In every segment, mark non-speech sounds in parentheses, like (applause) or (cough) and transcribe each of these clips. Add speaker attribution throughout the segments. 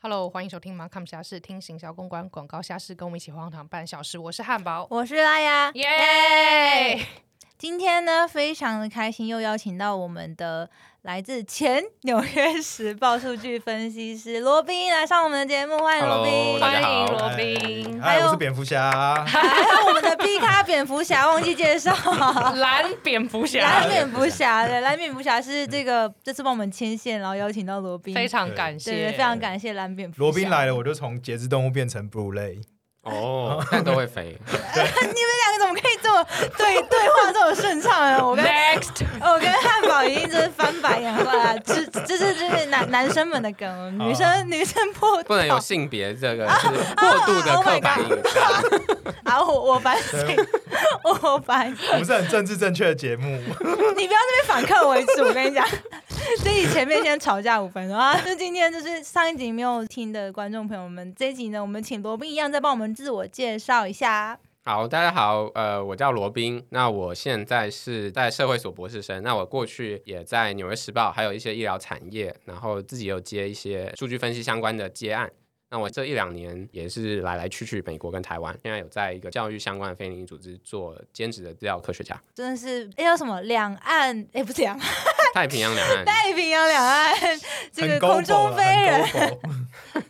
Speaker 1: Hello，欢迎收听《马卡姆侠士》，听行销公关广告侠士，跟我们一起荒唐半小时。我是汉堡，
Speaker 2: 我是拉雅，
Speaker 1: 耶、
Speaker 2: 今天呢，非常的开心，又邀请到我们的来自前《纽约时报》数据分析师罗宾来上我们的节目，欢迎罗
Speaker 3: Hello，
Speaker 2: 宾，
Speaker 3: 大家
Speaker 1: 欢
Speaker 3: 好
Speaker 1: 迎罗宾，
Speaker 3: 嗨，
Speaker 2: 还
Speaker 3: 哎我
Speaker 2: 有
Speaker 3: 是蝙
Speaker 2: (laughs)
Speaker 3: 蝠侠。
Speaker 2: 还有我们的 P 卡蝙
Speaker 1: (laughs)
Speaker 2: 蝠侠，忘记介绍。
Speaker 1: 蓝蝙蝠
Speaker 2: 蓝
Speaker 1: 侠，
Speaker 2: 蝙蝠侠对，蓝蝙蝠侠是这个这次帮我们牵线，然后邀请到罗宾，
Speaker 1: 非常感谢，
Speaker 2: 对对，非常感谢蓝蝙蝠侠。
Speaker 3: 罗宾来了，我就从节肢动物变成哺乳类。
Speaker 4: 哦， (laughs) 但都会飞。
Speaker 2: (laughs) 两个怎么可以这么对对话这么顺畅呢？我跟
Speaker 1: Next，
Speaker 2: (laughs) 哦我跟汉堡已经就是翻白眼了， (laughs) 这这是就是男男生们的梗，女生女生破
Speaker 4: 不能有性别这
Speaker 2: (laughs)
Speaker 4: 个就是过度的刻板
Speaker 2: Oh
Speaker 4: 印象。
Speaker 2: 啊！我我反省， (laughs) 我反省，
Speaker 3: 我们是
Speaker 2: (laughs)
Speaker 3: 很政治正确的节目，
Speaker 2: 你不要这边反客为主，我跟你讲， (laughs) 这一集前面先吵架五分钟啊！就今天就是上一集没有听的观众朋友们，这一集呢，我们请罗宾一样再帮我们自我介绍一下。
Speaker 4: 好，大家好，呃，我叫罗宾，那我现在是在社会所博士生，那我过去也在《纽约时报》还有一些医疗产业，然后自己有接一些数据分析相关的接案。那我这一两年也是来来去去美国跟台湾，现在有在一个教育相关的非营利组织做兼职的资料科学家，
Speaker 2: 真的是，哎，叫什么？两岸，哎，不是两岸，
Speaker 4: 太平洋两岸。
Speaker 2: (laughs) 太平洋两岸，这个
Speaker 3: 很
Speaker 2: 空
Speaker 3: global
Speaker 2: 中
Speaker 3: 啊
Speaker 2: 飞人，
Speaker 3: 很
Speaker 2: (laughs)
Speaker 3: global
Speaker 2: 哎、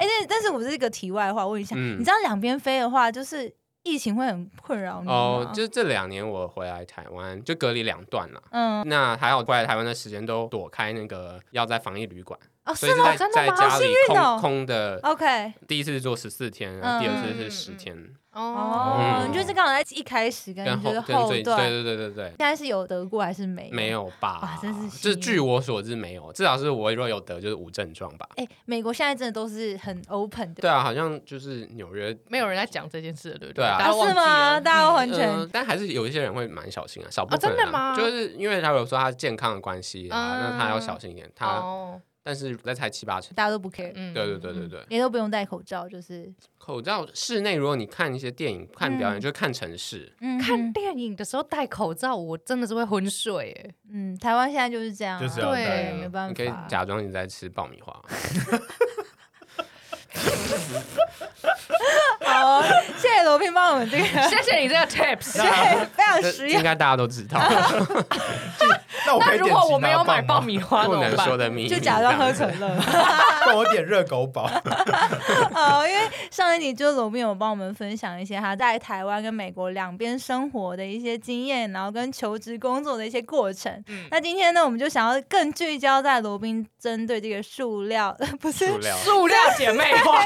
Speaker 2: 但但是我是一个题外话，问一下，
Speaker 4: 嗯
Speaker 2: 你知道两边飞的话，就是疫情会很困扰你吗？
Speaker 4: 哦，就是这两年我回来台湾，就隔离两段了。
Speaker 2: 嗯，
Speaker 4: 那还好，回来台湾的时间都躲开那个要在防疫旅馆，
Speaker 2: 哦，
Speaker 4: 所以
Speaker 2: 是
Speaker 4: 就
Speaker 2: 吗？
Speaker 4: 在
Speaker 1: 真的
Speaker 4: 在
Speaker 1: 吗
Speaker 4: 家
Speaker 2: 好幸
Speaker 4: 里
Speaker 2: 运
Speaker 4: 空、
Speaker 2: 哦
Speaker 4: 空的。
Speaker 2: (laughs) ？OK，
Speaker 4: 第一次是做十四天，然后第二次
Speaker 1: 嗯
Speaker 4: 是十天，
Speaker 2: 哦，
Speaker 4: 嗯
Speaker 2: 你就是刚好在一开始跟
Speaker 4: 跟
Speaker 2: 就是
Speaker 4: 跟
Speaker 2: 后
Speaker 4: 最对
Speaker 2: 段，现
Speaker 4: 对对对对。
Speaker 2: 在是有得过还是没？
Speaker 4: 没。有吧
Speaker 2: 哇？真是幸运
Speaker 4: 就是据我所知没有，至少是我若有得就是无症状吧。
Speaker 2: 哎、美国现在真的都是很 open 的，
Speaker 4: 对啊，好像就是纽约，
Speaker 1: 没有人在讲这件事了，对不
Speaker 4: 对啊
Speaker 1: 大家忘
Speaker 2: 是
Speaker 1: 记了
Speaker 2: 吗？大家都
Speaker 1: 嗯
Speaker 2: 完全、
Speaker 4: 嗯，但还是有一些人会蛮小心啊，少部
Speaker 1: 哦真
Speaker 4: 分
Speaker 1: 的
Speaker 4: 人啊
Speaker 1: 吗
Speaker 4: 就是因为他有说他健康的关系啊，
Speaker 1: 嗯
Speaker 4: 那他要小心一点。他
Speaker 1: 哦，
Speaker 4: 但是在才七八成，
Speaker 2: 大家都不 care，、
Speaker 1: 嗯
Speaker 4: 对对对对，对。
Speaker 2: 也都不用戴口罩，就是
Speaker 4: 口罩室内，如果你看一些电影、看表演，
Speaker 2: 嗯
Speaker 4: 就是看城市。
Speaker 2: 嗯
Speaker 1: 看电影的时候戴口罩，我真的是会昏睡哎。
Speaker 2: 嗯，台湾现在就是这样、啊，
Speaker 3: 就是要
Speaker 1: 对
Speaker 3: 戴
Speaker 2: 对，没办
Speaker 4: 你可以
Speaker 2: 法。
Speaker 4: 假装你在吃爆米花，
Speaker 2: (laughs) 好、哦，谢谢罗宾帮我们
Speaker 4: (laughs)
Speaker 2: 这个，
Speaker 1: (laughs) 谢谢你这个 tips。
Speaker 2: 对，非常
Speaker 4: 这
Speaker 2: 实
Speaker 4: 应
Speaker 2: 用。
Speaker 4: 该大家都知
Speaker 2: (laughs)
Speaker 4: 道，
Speaker 3: 那我可
Speaker 1: 那
Speaker 3: 以
Speaker 1: 如
Speaker 3: 点
Speaker 1: 果
Speaker 3: 其
Speaker 1: 我没有
Speaker 3: 他
Speaker 1: 买
Speaker 3: 棒
Speaker 1: 爆
Speaker 3: 吗，
Speaker 1: 米花
Speaker 4: 不
Speaker 1: 怎么
Speaker 4: 能说
Speaker 1: 办？
Speaker 4: 的秘密。
Speaker 2: 就假装喝
Speaker 4: 这
Speaker 2: 可
Speaker 4: 样子
Speaker 2: (laughs) 乐，
Speaker 3: (laughs) 帮我点热狗堡。
Speaker 2: 哦，因为上一集就是罗宾有帮我们分享一些他在台湾跟美国两边生活的一些经验，然后跟求职工作的一些过程。
Speaker 1: 嗯
Speaker 2: 那今天呢，我们就想要更聚焦在罗宾针对这个塑料， (laughs) 不是
Speaker 4: 塑料
Speaker 1: 塑料姐妹花，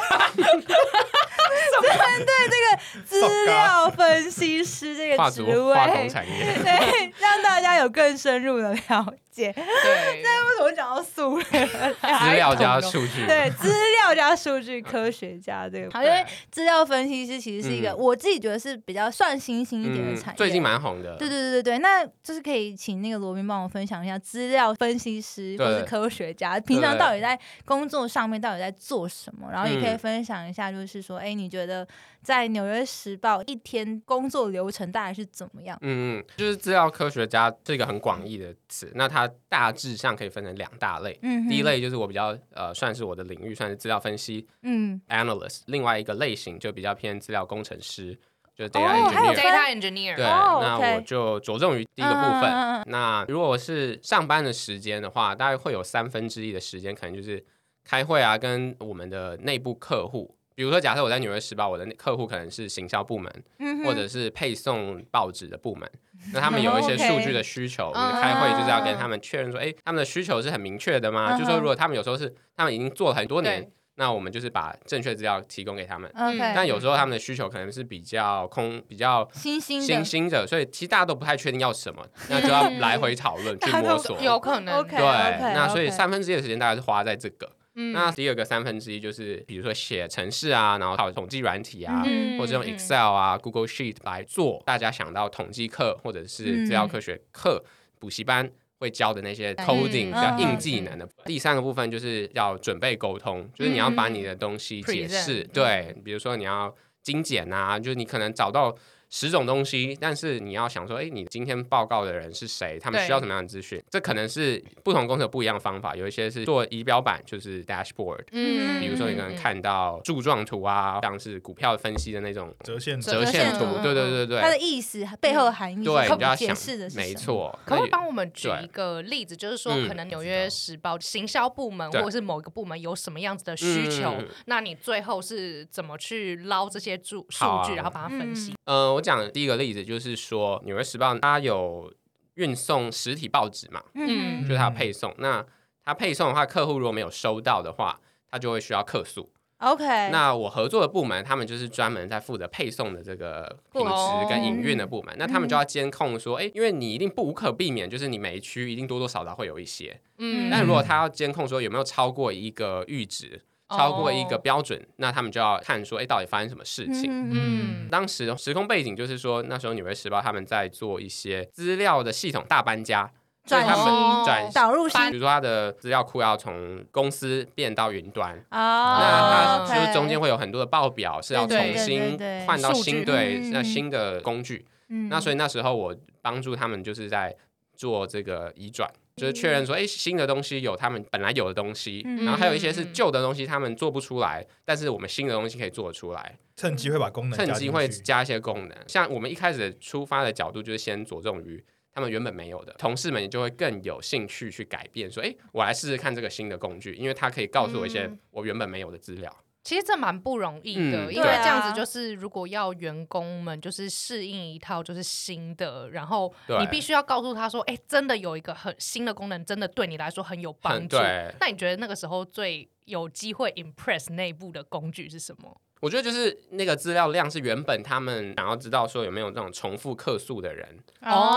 Speaker 2: 资
Speaker 4: (laughs)
Speaker 2: 料分析师这
Speaker 4: 跨
Speaker 2: 个职
Speaker 4: 足化工
Speaker 2: 位，(laughs)
Speaker 4: 产业，
Speaker 2: 对，让大家有更深入的了解。
Speaker 1: (laughs) 对，
Speaker 2: (laughs) 为什么讲到塑料？
Speaker 4: (laughs) 资料加数据，
Speaker 2: 对，资料加数据科学家这个，因为资料分析师其实是一个、
Speaker 4: 嗯
Speaker 2: 我自己觉得是比较算新兴一点的产业，
Speaker 4: 最近蛮红的。
Speaker 2: 对对对对对，那就是可以请那个罗宾帮我分享一下资料分析师或
Speaker 4: 对
Speaker 2: 是科学家平常到底在工作上面到底在做什么，然后也可以分享一下，就是说，哎、你觉得在《纽约时报》一天工作流程大概是怎么样？
Speaker 4: 嗯嗯，就是资料科学家这个很广义的词，那它大致上可以分成两大类。
Speaker 2: 嗯哼，
Speaker 4: 第一类就是我比较呃，算是我的领域，算是资料分析
Speaker 2: 嗯，
Speaker 4: analyst。另外一个类型就比较偏资料工程师，就是 data
Speaker 2: 哦还有
Speaker 4: engineer。
Speaker 1: data engineer，
Speaker 4: 对，
Speaker 2: 哦
Speaker 4: 那
Speaker 2: OK
Speaker 4: 我就着重于第一个部
Speaker 2: 嗯
Speaker 4: 分。
Speaker 2: 嗯嗯
Speaker 4: 那如果是上班的时间的话，大概会有三分之一的时间可能就是开会啊，跟我们的内部客户。比如说，假设我在纽约时报，我的客户可能是行销部门，
Speaker 2: 嗯哼哦
Speaker 4: 或者是配送报纸的部门，那他们有
Speaker 2: (laughs)
Speaker 4: 一些
Speaker 2: OK
Speaker 4: 数据的需求，我
Speaker 1: 嗯
Speaker 4: 们开会就是要跟他们确认说，哎，他们的需求是很明确的吗？
Speaker 2: 嗯
Speaker 4: 就说如果他们有时候是他们已经做了很多年
Speaker 1: 对，
Speaker 4: 那我们就是把正确资料提供给他们。
Speaker 2: OK，、
Speaker 1: 嗯
Speaker 4: 但有时候他们的需求可能是比较空、比较
Speaker 2: 新兴的
Speaker 4: 新兴的，所以其实大家都不太确定要什么，那就要来回讨论去
Speaker 2: 大家都
Speaker 4: 摸索。
Speaker 1: 有可能
Speaker 2: OK，
Speaker 4: 对
Speaker 2: OK，
Speaker 4: 那所以
Speaker 2: OK
Speaker 4: 三分之一的时间大概是花在这个。
Speaker 1: 嗯
Speaker 4: 那第二个三分之一就是比如说写程式啊，然后还有统计软体啊，
Speaker 1: 嗯
Speaker 4: 或者用 Excel 啊、Google Sheet 来做大家想到统计课或者是资料科学课、补习班会教的那些 coding
Speaker 1: 嗯
Speaker 4: 比较
Speaker 2: 嗯
Speaker 4: 硬技能的。第三个部分就是要准备沟通，就是你要把你的东西解释，
Speaker 1: 嗯 Present
Speaker 4: 对，比如说你要精简啊，就是你可能找到。十种东西，但是你要想说，哎，你今天报告的人是谁，他们
Speaker 1: 对
Speaker 4: 需要什么样的资讯？这可能是不同公司有不一样的方法，有一些是做仪表板，就是 dashboard，
Speaker 2: 嗯
Speaker 4: 比如说你可能看到柱状图啊，像是股票分析的那种
Speaker 3: 折线
Speaker 1: 折
Speaker 4: 折
Speaker 1: 线
Speaker 4: 线
Speaker 1: 图
Speaker 4: 图，对对对
Speaker 2: 嗯它的
Speaker 4: 对，
Speaker 2: 意思背后的含义，
Speaker 4: 对，你就要
Speaker 2: 解释的
Speaker 4: 想，
Speaker 2: 是
Speaker 4: 没
Speaker 2: 什么，
Speaker 4: 错，
Speaker 1: 可不可以
Speaker 4: 那
Speaker 1: 帮我们举
Speaker 4: 对
Speaker 1: 一个例子，就是说，
Speaker 4: 嗯
Speaker 1: 可能《纽约时报》行销部门或
Speaker 4: 对
Speaker 1: 者是某一个部门有什么样子的需求，
Speaker 4: 嗯
Speaker 1: 那你最后是怎么去捞这些数数
Speaker 4: 好啊
Speaker 1: 据，然后把它分析？
Speaker 4: 呃，我讲第一个例子就是说，《纽约时报》它有运送实体报纸嘛，
Speaker 1: 嗯
Speaker 4: (laughs) 就是它有配送。那它配送的话，客户如果没有收到的话，他就会需要客诉。
Speaker 2: ，OK，
Speaker 4: 那我合作的部门，他们就是专门在负责配送的这个品质跟营
Speaker 2: 哦
Speaker 4: 运的部门。那他们就
Speaker 2: 嗯
Speaker 4: 要监控说，哎、因为你一定不无可避免，就是你每一区一定多多少少会有一些。
Speaker 1: 嗯，
Speaker 4: 但如果他要监控说有没有超过一个阈值，
Speaker 1: 哦
Speaker 4: 超过一个标准，那他们就要看说，哎、到底发生什么事情。
Speaker 2: 嗯
Speaker 1: 嗯
Speaker 4: 当时时空背景就是说，那时候《纽约时报》他们在做一些资料的系统大搬家，所以
Speaker 2: 转哦
Speaker 4: 他
Speaker 1: 型
Speaker 4: 们转型，
Speaker 2: 导入新
Speaker 4: 比如说他的资料库要从公司变到云端，
Speaker 2: 啊，
Speaker 4: 那
Speaker 1: 哦
Speaker 4: 它就是中间
Speaker 2: 会，
Speaker 4: 会有很多的报表是要
Speaker 1: 对对
Speaker 4: 重新
Speaker 2: 对对
Speaker 4: 换到
Speaker 1: 数据
Speaker 4: 新对
Speaker 2: 嗯
Speaker 4: 那新的工具，
Speaker 1: 嗯
Speaker 4: 那所
Speaker 2: 以
Speaker 4: 以那时候我帮助他们就是在做这个移转。就是确认说，哎、新的东西有他们本来有的东西，
Speaker 2: 嗯
Speaker 4: 然后还有一些是
Speaker 1: 嗯嗯
Speaker 4: 旧的东西，他们做不出来，但是我们新的东西可以做得出来。
Speaker 3: 趁机会把功能
Speaker 4: 趁
Speaker 3: 加
Speaker 4: 机
Speaker 3: 进
Speaker 4: 会
Speaker 3: 去
Speaker 4: 加一些功能。像我们一开始出发的角度就是先着重于他们原本没有的，同事们也就会更有兴趣去改变，说：“哎，我来试试看这个新的工具，因为它可以告诉我一些
Speaker 1: 嗯
Speaker 4: 我原本没有的资料。
Speaker 1: 其实这蛮不容易的，
Speaker 4: 嗯
Speaker 1: 因为
Speaker 4: 对
Speaker 1: 这
Speaker 4: 啊
Speaker 1: 样子就是如果要员工们就是适应一套就是新的，然后
Speaker 4: 对
Speaker 1: 你必须要告诉他说，哎、真的有一个很新的功能，真的对你来说很有帮
Speaker 4: (laughs) 很
Speaker 1: 助。
Speaker 4: 对，
Speaker 1: 那你觉得那个时候最有机会 impress 内部的工具是什么？
Speaker 4: 我觉得就是那个资料量是原本他们想要知道说有没有这种重复客诉的人，
Speaker 1: 哦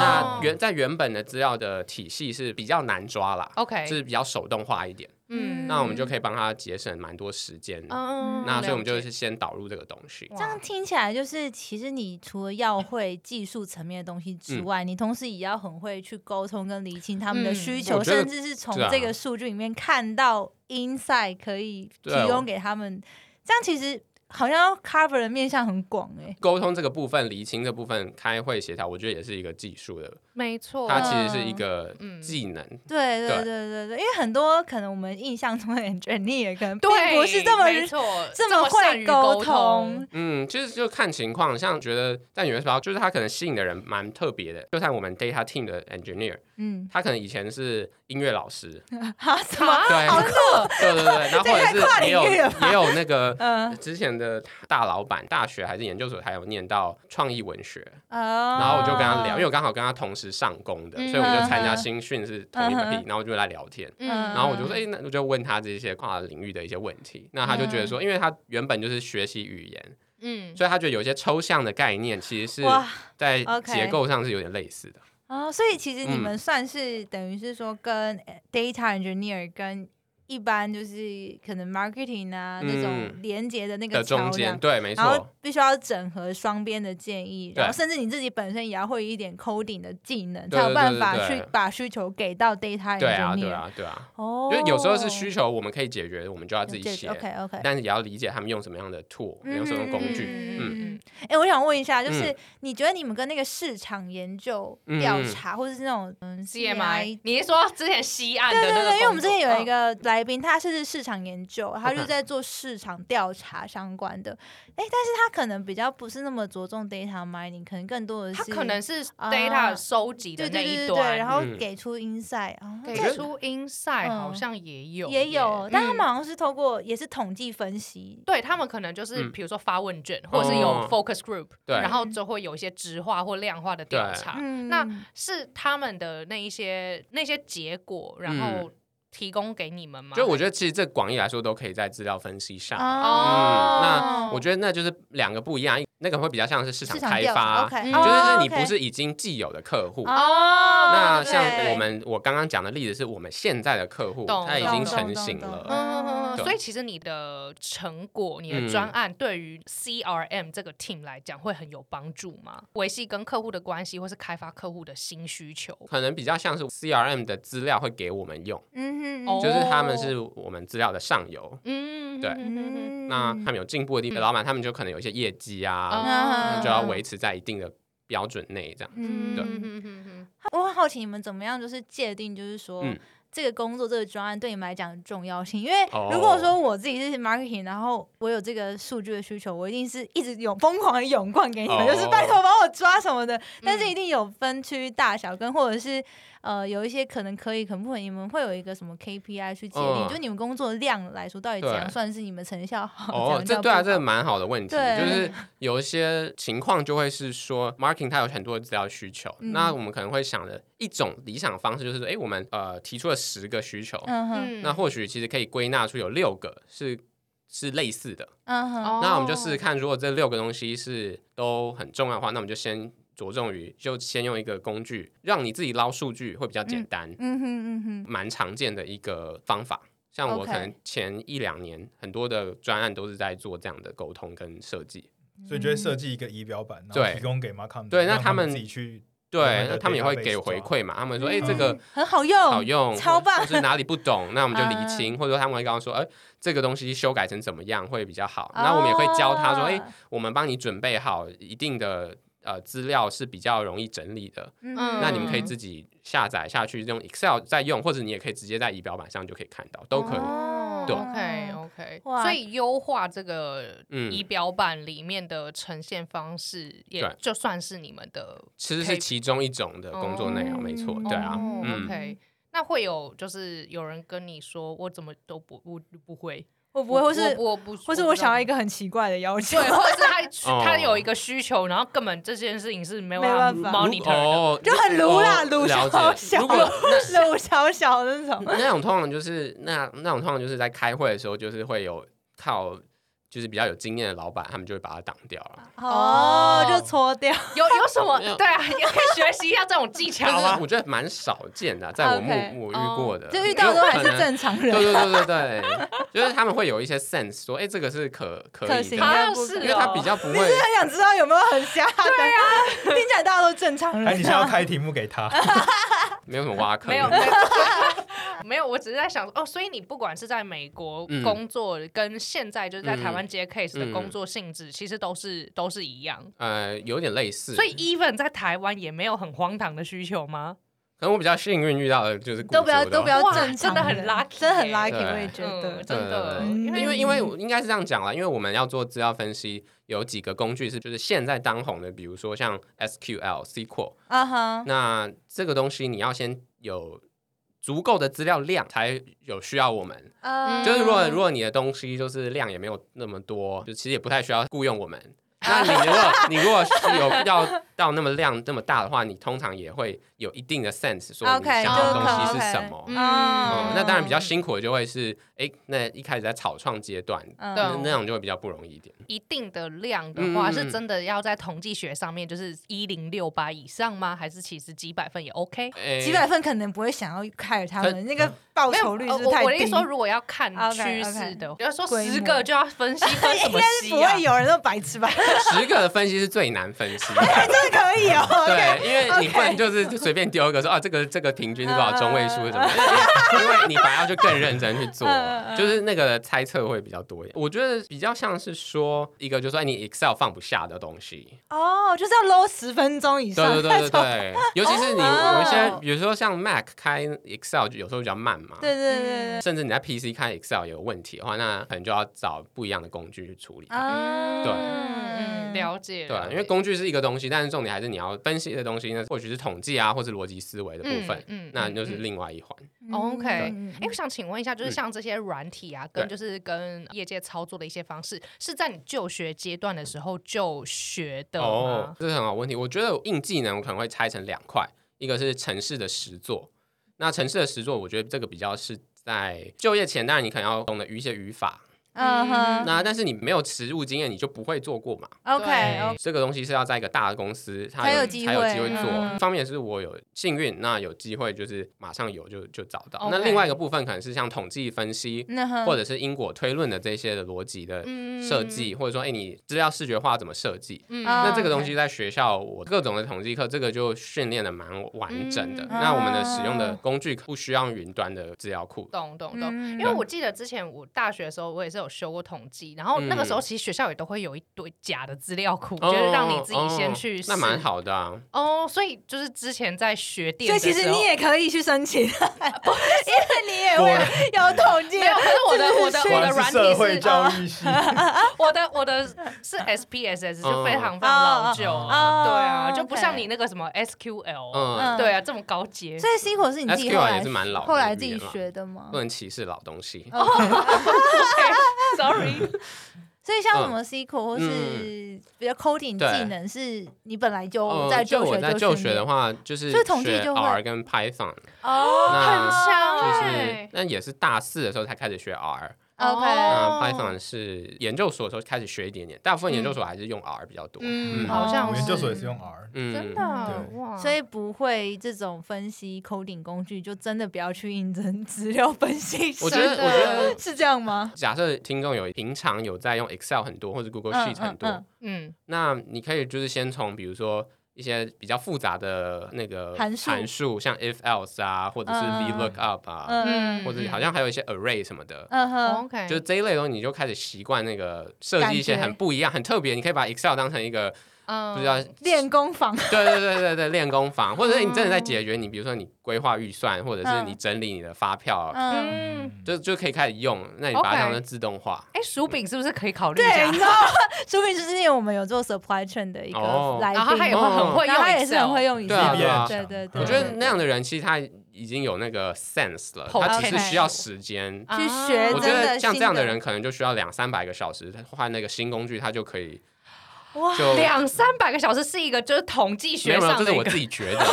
Speaker 4: 那原在原本的资料的体系是比较难抓啦
Speaker 1: OK，
Speaker 4: 就是比较手动化一点。
Speaker 1: 嗯，
Speaker 4: 那我们就可以帮他节省蛮多时间的。
Speaker 1: 嗯
Speaker 4: 那所以我们就
Speaker 1: 了解
Speaker 4: 是先导入这个东西。
Speaker 2: 这样听起来就是，其实你除了要会技术层面的东西
Speaker 4: 嗯
Speaker 2: 之外，你同时也要很会去沟通跟理清他们的需求，
Speaker 4: 嗯我觉得
Speaker 2: 甚至是从
Speaker 4: 是啊
Speaker 2: 这个数据里面看到 insight 可以提
Speaker 4: 对我
Speaker 2: 供给他们。这样其实好像要 cover 的面向很广哎、
Speaker 4: 沟通这个部分、厘清这部分、开会协调，我觉得也是一个技术的，
Speaker 1: 没错，
Speaker 4: 它其实是一个
Speaker 1: 嗯
Speaker 4: 技能。
Speaker 2: 对对对
Speaker 4: 对
Speaker 2: 对对，因为很多可能我们印象中的 engineer 可能并
Speaker 1: 对，
Speaker 2: 不是这么
Speaker 1: 没错，
Speaker 2: 这
Speaker 1: 么
Speaker 2: 么
Speaker 1: 善
Speaker 2: 会
Speaker 1: 于
Speaker 2: 沟
Speaker 1: 通
Speaker 2: 通，
Speaker 4: 嗯，其实就看情况，像觉得在纽约时报，就是他可能吸引的人蛮特别的，就像我们 data team 的 engineer， (laughs)
Speaker 2: 嗯，
Speaker 4: 他可能以前是音乐老师，
Speaker 2: 好什么？
Speaker 1: 啊，
Speaker 4: 对
Speaker 1: 好
Speaker 4: (laughs)
Speaker 1: 酷，
Speaker 4: 对对对，然后或者
Speaker 2: 这也太跨
Speaker 4: 是
Speaker 2: 领
Speaker 4: 也有
Speaker 2: 域了吧 (laughs)
Speaker 4: 也有那个。
Speaker 2: 嗯
Speaker 4: 之前的大老板，大学还是研究所，还有念到创意文学，
Speaker 2: 哦，
Speaker 4: 然
Speaker 2: 然
Speaker 4: 后我就跟他聊，因为我刚好跟他同时上工的，
Speaker 1: 嗯
Speaker 4: 所以我们就参加
Speaker 2: 嗯哼
Speaker 4: 新训是同一批
Speaker 2: 嗯哼，
Speaker 4: 然后我就来聊天。
Speaker 1: 嗯
Speaker 2: 然
Speaker 4: 然后我就说，哎、那我就问他这些跨领域的一些问题。那他就觉得
Speaker 2: 嗯
Speaker 4: 说，因为他原本就是学习语言，
Speaker 1: 嗯，
Speaker 4: 所以他觉得有一些抽象的概念其实是
Speaker 2: 哇
Speaker 4: 在
Speaker 2: ，OK
Speaker 4: 结构上是有点类似的。
Speaker 2: 哦，所以其实你
Speaker 4: 嗯
Speaker 2: 们算是、等于是说跟呃 data engineer 跟一般就是可能 marketing 啊、那种
Speaker 4: 嗯
Speaker 2: 连接的那个
Speaker 4: 的
Speaker 2: 桥
Speaker 4: 中间，
Speaker 2: 梁。
Speaker 4: 对，没
Speaker 2: 然后
Speaker 4: 错，
Speaker 2: 必须要整合双边的建议，
Speaker 4: 对
Speaker 2: 然后甚至你自己本身也要会一点 coding 的技能，
Speaker 4: 对
Speaker 2: 才有办
Speaker 4: 对对
Speaker 2: 法
Speaker 4: 对
Speaker 2: 去把需求给到 data engineer。
Speaker 4: 对啊，对啊，对啊。
Speaker 2: 哦，
Speaker 4: 就有时候是需求我们可以解决，我们就要自己写，
Speaker 2: OK OK。
Speaker 4: 但是也要理解他们用什么样的 tool，
Speaker 2: 嗯
Speaker 4: 用什么工具。
Speaker 2: 嗯，哎、我想问一下，就是、
Speaker 4: 嗯
Speaker 2: 你觉得你们跟那个市场研究调查，或者是那种嗯
Speaker 1: CMI，你是说之前西岸的
Speaker 2: 对
Speaker 1: 那
Speaker 2: 对
Speaker 1: 个工作？
Speaker 2: 对，因为我们之前有一
Speaker 1: 嗯，
Speaker 2: 个来宾，他是市场研究，他就是
Speaker 4: OK
Speaker 2: 在做市场调查相关的。哎、但是他可能比较不是那么着重 data mining，可能更多的是
Speaker 1: 他可能是
Speaker 2: 啊
Speaker 1: data 收集
Speaker 2: 对
Speaker 1: 的
Speaker 2: 对
Speaker 1: 那
Speaker 2: 对对
Speaker 1: 一
Speaker 2: 对，然
Speaker 1: 端，
Speaker 2: 后
Speaker 4: 嗯
Speaker 2: 给出 insight 啊、
Speaker 1: 给
Speaker 2: 这
Speaker 1: 出 insight
Speaker 2: 嗯
Speaker 1: 好像也有
Speaker 2: 也有
Speaker 1: 耶，
Speaker 2: 但他们
Speaker 1: 嗯
Speaker 2: 好像是透过也是统计分析。
Speaker 1: 对他们可能就是
Speaker 4: 嗯
Speaker 1: 比如说发问卷，或者是有
Speaker 4: 哦
Speaker 1: focus group，
Speaker 4: 对
Speaker 1: 然后就会有一些直化或量化的调
Speaker 4: 对
Speaker 1: 查，
Speaker 2: 嗯
Speaker 1: 那啊是他们的那一些那些结果，然后提供给你们吗？
Speaker 4: 就我觉得，其实这广义来说都可以在资料分析上。
Speaker 1: 哦
Speaker 4: 那我觉得那就是两个不一样，那个会比较像是市场
Speaker 2: 市场
Speaker 4: 开
Speaker 2: 调
Speaker 4: 发啊
Speaker 2: 查，，OK，
Speaker 1: 嗯
Speaker 4: 就
Speaker 2: 哦
Speaker 4: 是是
Speaker 2: OK
Speaker 4: 你不是已经既有的客户。
Speaker 2: 哦，
Speaker 4: 那
Speaker 2: 对
Speaker 4: 像
Speaker 2: 对
Speaker 4: 我们我刚刚讲的例子，是我们现在的客户，
Speaker 1: 懂
Speaker 4: 他已
Speaker 1: 懂
Speaker 4: 经
Speaker 1: 懂
Speaker 4: 成
Speaker 2: 懂
Speaker 4: 型
Speaker 2: 懂
Speaker 4: 了。
Speaker 1: 嗯，
Speaker 4: 对
Speaker 1: 所以其实你的成果、你的专案对于 CRM 这个 team 来讲会很有帮助吗？维系跟客户的关系，或是开发客户的新需求？
Speaker 4: 可能比较像是 CRM 的资料会给我们用，
Speaker 2: 嗯哼，
Speaker 1: 哦
Speaker 4: 就是他们是我们资料的上游，
Speaker 1: 嗯，嗯
Speaker 4: 对
Speaker 1: 嗯
Speaker 4: 那他们有进步的地方，
Speaker 1: 嗯
Speaker 4: 老板他们就可能有一些业绩啊，
Speaker 1: 啊
Speaker 2: 嗯
Speaker 4: 就要维持在一定的标准内这样。
Speaker 2: 嗯
Speaker 4: 对
Speaker 1: 嗯嗯嗯
Speaker 2: 我很好奇你们怎么样，就是界定，就是说、
Speaker 4: 嗯
Speaker 2: 这个工作这个专案对你们来讲的重要性。因为
Speaker 4: 哦
Speaker 2: 如果说我自己是 marketing，然后我有这个数据的需求，我一定是一直涌疯狂的涌灌给你们，
Speaker 4: 哦
Speaker 2: 就是拜托帮我抓什么的。但
Speaker 1: 嗯
Speaker 2: 是一定有分区大小跟，或者是呃有一些可能可以，可能不可以，你们会有一个什么 KPI 去界定？
Speaker 4: 嗯
Speaker 2: 就你们工作量来说，到底怎样
Speaker 4: 对
Speaker 2: 算是你们成效好？
Speaker 4: 哦，
Speaker 2: 怎
Speaker 4: 这
Speaker 2: 样叫
Speaker 4: 对啊，
Speaker 2: 不
Speaker 4: 这
Speaker 2: 好
Speaker 4: 蛮好的问题，
Speaker 2: 对
Speaker 4: 就是有一些情况就会是说，marketing 它有很多的资料需求，
Speaker 2: 嗯
Speaker 4: 那我们可能会想的一种理想方式就是说，哎，我们呃提出了十个需求，
Speaker 2: 嗯哼
Speaker 1: 嗯，
Speaker 4: 那或许其实可以归纳出有六个是是类似的，
Speaker 2: 嗯哼，
Speaker 1: 哦
Speaker 4: 那我们就试试看，如果这六个东西是都很重要的话，那我们就先着重于就先用一个工具，让你自己捞数据会比较简单，
Speaker 2: 嗯哼嗯哼，
Speaker 4: 蛮常见的一个方法。像我
Speaker 2: OK
Speaker 4: 可能前一两年很多的专案都是在做这样的沟通跟设计，
Speaker 3: 所以就会设计一个仪表板，然
Speaker 4: 嗯对
Speaker 3: 后提供给 Markham，
Speaker 4: 对那
Speaker 3: 让
Speaker 4: 他
Speaker 3: 他
Speaker 4: 们
Speaker 3: 自己去
Speaker 4: 对，那
Speaker 3: 的
Speaker 4: 他们也会
Speaker 3: database
Speaker 4: 给回馈嘛，他们说哎、诶
Speaker 2: 嗯
Speaker 4: 这个
Speaker 2: 很好用，
Speaker 4: 好用，
Speaker 2: 超棒
Speaker 4: 或是哪里不懂，那我们就
Speaker 2: 嗯
Speaker 4: 厘清，或者说他们会告诉说，哎、这个东西修改成怎么样会比较好，那我们也会教他说，哎、
Speaker 2: 哦
Speaker 4: 我们帮你准备好一定的呃资料是比较容易整理的，
Speaker 2: 嗯
Speaker 4: 那你们可以自己下载下去用 Excel 再用，或者你也可以直接在仪表板上就可以看到，都可以。
Speaker 1: 哦
Speaker 4: 对啊
Speaker 1: ，OK OK，
Speaker 2: 哇
Speaker 1: 所以优化这个
Speaker 4: 嗯
Speaker 1: 仪表板里面的呈现方式，也
Speaker 4: 对
Speaker 1: 就算是你们的
Speaker 4: 其实是其中一种的工作内容，
Speaker 2: 哦
Speaker 4: 没错，对啊，
Speaker 1: 哦
Speaker 4: 嗯，
Speaker 1: OK，那会有就是有人跟你说我怎么都不不不会，
Speaker 2: 我不会，或是
Speaker 1: 我我不，
Speaker 2: 或是我想要一
Speaker 1: 个。
Speaker 2: 个很奇怪的要求
Speaker 1: 对，，或者是
Speaker 4: (laughs)
Speaker 1: 他需
Speaker 4: 哦
Speaker 1: 他有一个需求，然后根本这件事情是没有
Speaker 2: 没办法
Speaker 4: 如
Speaker 1: monitor 的，
Speaker 2: (laughs)
Speaker 4: 哦，
Speaker 2: 就很撸啦，
Speaker 4: 哦
Speaker 2: 撸
Speaker 4: 了
Speaker 2: 小
Speaker 4: 解。
Speaker 2: 小，
Speaker 4: 如果
Speaker 2: (laughs) 撸小小的那种。
Speaker 4: 那种通常就是那那种通常就是在开会的时候，就是会有靠就是比较有经验的老板，他们就会把它挡掉了。
Speaker 2: 哦，就搓掉。
Speaker 1: 有有什么
Speaker 4: 没有
Speaker 1: 对啊，也可以学习一下这种技巧
Speaker 4: 但
Speaker 1: 啊
Speaker 4: 是。我觉得蛮少见的啊，在我目
Speaker 2: OK，哦
Speaker 4: 我遇过的，
Speaker 2: 就遇到的都还
Speaker 4: 可
Speaker 2: 是
Speaker 4: 能
Speaker 2: 正常
Speaker 4: 对
Speaker 2: 人，
Speaker 4: 对对对对，就是他们会有一些 sense 说，哎、这个是可可
Speaker 2: 可
Speaker 4: 以
Speaker 2: 行
Speaker 4: 的，
Speaker 1: 啊
Speaker 2: 的部哦
Speaker 1: 是
Speaker 2: 分
Speaker 4: 因为他比较不会。
Speaker 2: 很想知道有没有很瞎的。对啊，听起来大家都正常
Speaker 3: 哎，你
Speaker 2: 人
Speaker 3: 现在要开题目给他，
Speaker 4: 没有什么挖坑，
Speaker 1: 没有，没
Speaker 4: (laughs)
Speaker 1: 有没有，我只是在想哦，所以你不管是在美国
Speaker 4: 嗯
Speaker 1: 工作，跟现在就是在台湾接 case 的
Speaker 4: 嗯
Speaker 1: 工作性质，其实都是都是一样。
Speaker 4: 呃，有点类似。
Speaker 1: 所以，even 在台湾也没有很荒唐的需求吗？
Speaker 4: 可能我比较幸运遇到的就是
Speaker 2: (laughs) 都不要都不要
Speaker 1: 哇
Speaker 2: 正
Speaker 1: 真
Speaker 2: 常
Speaker 1: 的很
Speaker 2: 人
Speaker 1: lucky
Speaker 2: 真的很
Speaker 1: 耶
Speaker 2: lucky，
Speaker 4: 对
Speaker 2: 我也觉得
Speaker 1: 嗯。真的，
Speaker 4: 对
Speaker 2: 对对
Speaker 4: 因
Speaker 1: 为
Speaker 4: 为因为我应该是这样讲啦，因为我们要做资料分析，有几个工具是就是现在当红的，比如说像 SQL、SQL，
Speaker 2: 啊哈，
Speaker 4: 那这个东西你要先有足够的资料量才有需要我们。
Speaker 2: 嗯
Speaker 4: 就是如果如果你的东西就是量也没有那么多，就其实也不太需要雇佣我们。那你如果你如果是有要到那么量那么大的话，你通常也会有一定的 sense，说你
Speaker 2: OK，
Speaker 4: 想要的
Speaker 1: 就
Speaker 4: 东
Speaker 1: 可
Speaker 4: 西是
Speaker 2: OK
Speaker 4: 什么。
Speaker 1: 嗯
Speaker 2: 哦
Speaker 4: 嗯，那当然比较辛苦的就会是，哎、那一开始在草创阶段，
Speaker 2: 嗯
Speaker 4: 那
Speaker 1: 懂
Speaker 4: 那种就会比较不容易一
Speaker 2: (laughs)
Speaker 4: 点。
Speaker 1: 一定的量的话，
Speaker 4: 嗯嗯嗯
Speaker 1: 是真的要在统计学上面就是一零六八以上吗？还是其实几百分也 OK？
Speaker 4: 哎
Speaker 2: 几百份可能不会想要开他
Speaker 4: 可
Speaker 2: 们，那个报
Speaker 1: 没有，
Speaker 2: 酬率
Speaker 1: 呃
Speaker 2: 是
Speaker 1: 我
Speaker 2: 太低。
Speaker 1: 我的意思说，如果要看
Speaker 2: OK，OK
Speaker 1: 趋势的，比如说
Speaker 2: 规模
Speaker 1: 十个就要分析分
Speaker 2: (laughs)
Speaker 1: 什么析
Speaker 2: 不
Speaker 1: 啊
Speaker 2: 会？有人都白痴吧？
Speaker 4: 十个的分析是最难分析的。
Speaker 2: (laughs) 真的可以哦。
Speaker 4: 对，因为你
Speaker 2: OK
Speaker 4: 不能就是就随便丢一个说啊，这个这个平均是多少中位数什么的，因为你反而要去更认真去做
Speaker 2: 嗯嗯嗯，
Speaker 4: 就是那个猜测会比较多一点。我觉得比较像是说一个就是说哎你 Excel 放不下的东西，
Speaker 2: 哦，就是要搂十分钟以上。
Speaker 4: 对对对对对，尤其是你
Speaker 2: 哦
Speaker 4: 有一些，比如说像 Mac 开 Excel 就有时候比较慢嘛，
Speaker 2: 对对对对
Speaker 4: 甚至你在 PC 开 Excel 有问题的话，那可能就要找不一样的工具去处理。
Speaker 2: 啊
Speaker 4: 对
Speaker 1: 嗯，嗯了解。
Speaker 4: 对啊
Speaker 1: 了，解
Speaker 4: 因为工具是一个东西，但是重点还是你要分析的东西呢，或许是统计啊，或是逻辑思维的部分，
Speaker 1: 嗯嗯
Speaker 4: 那就是
Speaker 1: 嗯
Speaker 4: 另外一环。
Speaker 1: OK，哎、
Speaker 2: 嗯
Speaker 1: 我想请问一下，就是
Speaker 4: 嗯
Speaker 1: 像这些软体啊，跟就
Speaker 4: 对
Speaker 1: 是跟业界操作的一些方式，是在你就学阶段的时候就学的吗？
Speaker 4: 哦这是很好问题。我觉得硬技能我可能会拆成两块，一个是城市的实作，那城市的实作，我觉得这个比较是在就业前，当然你可能要懂得一些语法，
Speaker 2: 嗯哼
Speaker 4: 那但是你没有实务经验，你就不会做过嘛。
Speaker 1: 对
Speaker 2: ，OK，
Speaker 4: 这个东西是要在一个大的公司，它
Speaker 2: 才有
Speaker 4: 有
Speaker 2: 机
Speaker 4: 才有
Speaker 2: 会
Speaker 4: 机会做。
Speaker 2: 嗯
Speaker 4: 一方面是我有幸运，那有机会就是马上有就就找到。
Speaker 1: OK
Speaker 4: 那另外一个部分可能是像统计分析，
Speaker 2: 那哼
Speaker 4: 或者是因果推论的这些的逻辑的
Speaker 1: 嗯
Speaker 4: 设计，或者说哎、你资料视觉化怎么设计？
Speaker 1: 嗯
Speaker 2: 啊
Speaker 4: 那这个东西在学校，我各种的统计课，这个就训练的蛮完整的。
Speaker 1: 嗯
Speaker 4: 那我们的使用的工具不需要云端的资料库，
Speaker 1: 懂懂懂。
Speaker 2: 嗯
Speaker 1: 因为我记得之前我大学的时候，我也是有有修过统计，然后那个时候
Speaker 4: 嗯
Speaker 1: 其实学校也都会有一堆假的资料库，
Speaker 4: 哦
Speaker 1: 就是让你自己先
Speaker 4: 哦
Speaker 1: 去试。
Speaker 4: 那蛮好的啊。
Speaker 1: 哦，所以就是之前在学电
Speaker 2: 所以
Speaker 1: 的时
Speaker 2: 其
Speaker 1: 候，
Speaker 2: 实你也可以去申请，因 (laughs) 为你也会有统计
Speaker 1: 没。有，可是我的我的我的
Speaker 3: 果然
Speaker 1: 软
Speaker 3: 是社
Speaker 1: 体
Speaker 3: 会
Speaker 1: 是
Speaker 3: 教育系，
Speaker 2: (laughs)
Speaker 1: 我的我的 (laughs) 是 SPSS
Speaker 4: 嗯
Speaker 1: 就非常非常
Speaker 2: 哦
Speaker 1: 老旧
Speaker 3: 哦
Speaker 1: 啊，
Speaker 2: 哦
Speaker 1: 对啊，
Speaker 2: ，OK
Speaker 1: 就不像你那个什么 SQL，
Speaker 4: 嗯，
Speaker 2: 嗯
Speaker 1: 对啊，这么高 (laughs) 阶。
Speaker 2: 所以 C 口是你自己
Speaker 4: SQL
Speaker 2: 后来
Speaker 4: 也是蛮老的
Speaker 2: 后来自己
Speaker 4: 语言啦
Speaker 2: 学的吗
Speaker 4: 不？能歧视老东西。
Speaker 1: Sorry，
Speaker 2: 所以像什么 C 口或是比较 coding
Speaker 4: 嗯对
Speaker 2: 技能，是你本来就
Speaker 4: 呃
Speaker 2: 哦在
Speaker 4: 就
Speaker 2: 就
Speaker 4: 我
Speaker 2: 学
Speaker 4: 在
Speaker 2: 就
Speaker 4: 就
Speaker 2: 训
Speaker 4: 学
Speaker 2: 练
Speaker 4: 的话，就是
Speaker 2: 所以统计
Speaker 4: 学
Speaker 2: 就会
Speaker 4: R 跟 Python，
Speaker 1: 哦，
Speaker 4: 那
Speaker 1: 很强
Speaker 4: 啊就
Speaker 1: 哎
Speaker 4: 是，那也是大四的时候才开始学 R，
Speaker 2: OK
Speaker 4: 那
Speaker 1: 哦
Speaker 4: Python 是研究所的时候开始学一点点，大部分研究
Speaker 2: 嗯
Speaker 4: 所还是用 R 比较多。
Speaker 1: 嗯，
Speaker 4: 嗯
Speaker 1: 好
Speaker 3: 我
Speaker 1: 像
Speaker 3: 们
Speaker 1: 是
Speaker 3: 研究所也是用 R，
Speaker 1: 真
Speaker 4: 嗯
Speaker 2: 哦
Speaker 1: 的啊
Speaker 3: 对
Speaker 1: 哇，
Speaker 2: 所以不会这种分析 coding 工具，就真的不要去应征 (laughs) 资料分析师。
Speaker 4: 我觉
Speaker 1: 真
Speaker 4: 得
Speaker 1: 的
Speaker 4: 我觉得
Speaker 2: 是这样吗？
Speaker 4: 假设听众有平常有在用 Excel 很多，或者 Google
Speaker 2: 嗯
Speaker 4: Sheet 很多，
Speaker 2: 嗯嗯
Speaker 1: 嗯
Speaker 4: 那你可以就是先从比如说一些比较复杂的那个
Speaker 2: 函数
Speaker 4: 像 if else 啊，或者是
Speaker 2: 嗯嗯
Speaker 4: VLOOKUP 啊，
Speaker 2: 嗯
Speaker 4: 或者好像还有一些 array 什么的。
Speaker 2: 嗯哼，
Speaker 1: ，OK，
Speaker 4: 就是这一类东西，你就开始习惯那个设计一些
Speaker 2: 感觉
Speaker 4: 很不一样、很特别。你可以把 Excel 当成一个
Speaker 1: 嗯
Speaker 4: 不知道，对
Speaker 2: 练功房。
Speaker 4: (laughs) 对对对对练功房，或者是你真的在解决你，比如说你规划预算，或者是
Speaker 2: 嗯
Speaker 4: 你整理你的发票，
Speaker 2: 嗯，
Speaker 1: 嗯，
Speaker 4: 就就可以开始用。那你把它
Speaker 1: OK
Speaker 4: 当成自动化。
Speaker 1: 哎，薯饼是不是可以考虑一
Speaker 2: 对，
Speaker 1: 下
Speaker 2: 你？知道吗，说明就是因为我们有做 supply chain 的一个
Speaker 4: 哦
Speaker 2: 来宾，
Speaker 1: 然后他也
Speaker 4: 会很
Speaker 1: 会用
Speaker 2: 然后他也是
Speaker 1: Excel
Speaker 2: 很会用 Excel，
Speaker 4: 对啊对啊
Speaker 2: 对对对，
Speaker 4: 我觉得
Speaker 2: 对
Speaker 4: 那样的人，其实他已经有那个 sense 了，
Speaker 1: 好
Speaker 4: 他只是
Speaker 2: OK
Speaker 4: 需要时间。
Speaker 1: 啊
Speaker 2: 去学
Speaker 4: 我觉
Speaker 2: 哎真的
Speaker 4: 得像这样
Speaker 2: 新的
Speaker 4: 的人，可能就需要两三百个小时，他换那个新工具，他就可以
Speaker 2: 哇
Speaker 4: 就
Speaker 1: 两三百个小时是一个就是统计
Speaker 4: 没
Speaker 1: 学
Speaker 4: 有哦没有，
Speaker 1: 上
Speaker 4: 这
Speaker 1: 的
Speaker 4: 是
Speaker 1: 一
Speaker 4: 我
Speaker 1: 个
Speaker 4: 自己觉
Speaker 2: (laughs)
Speaker 4: 得，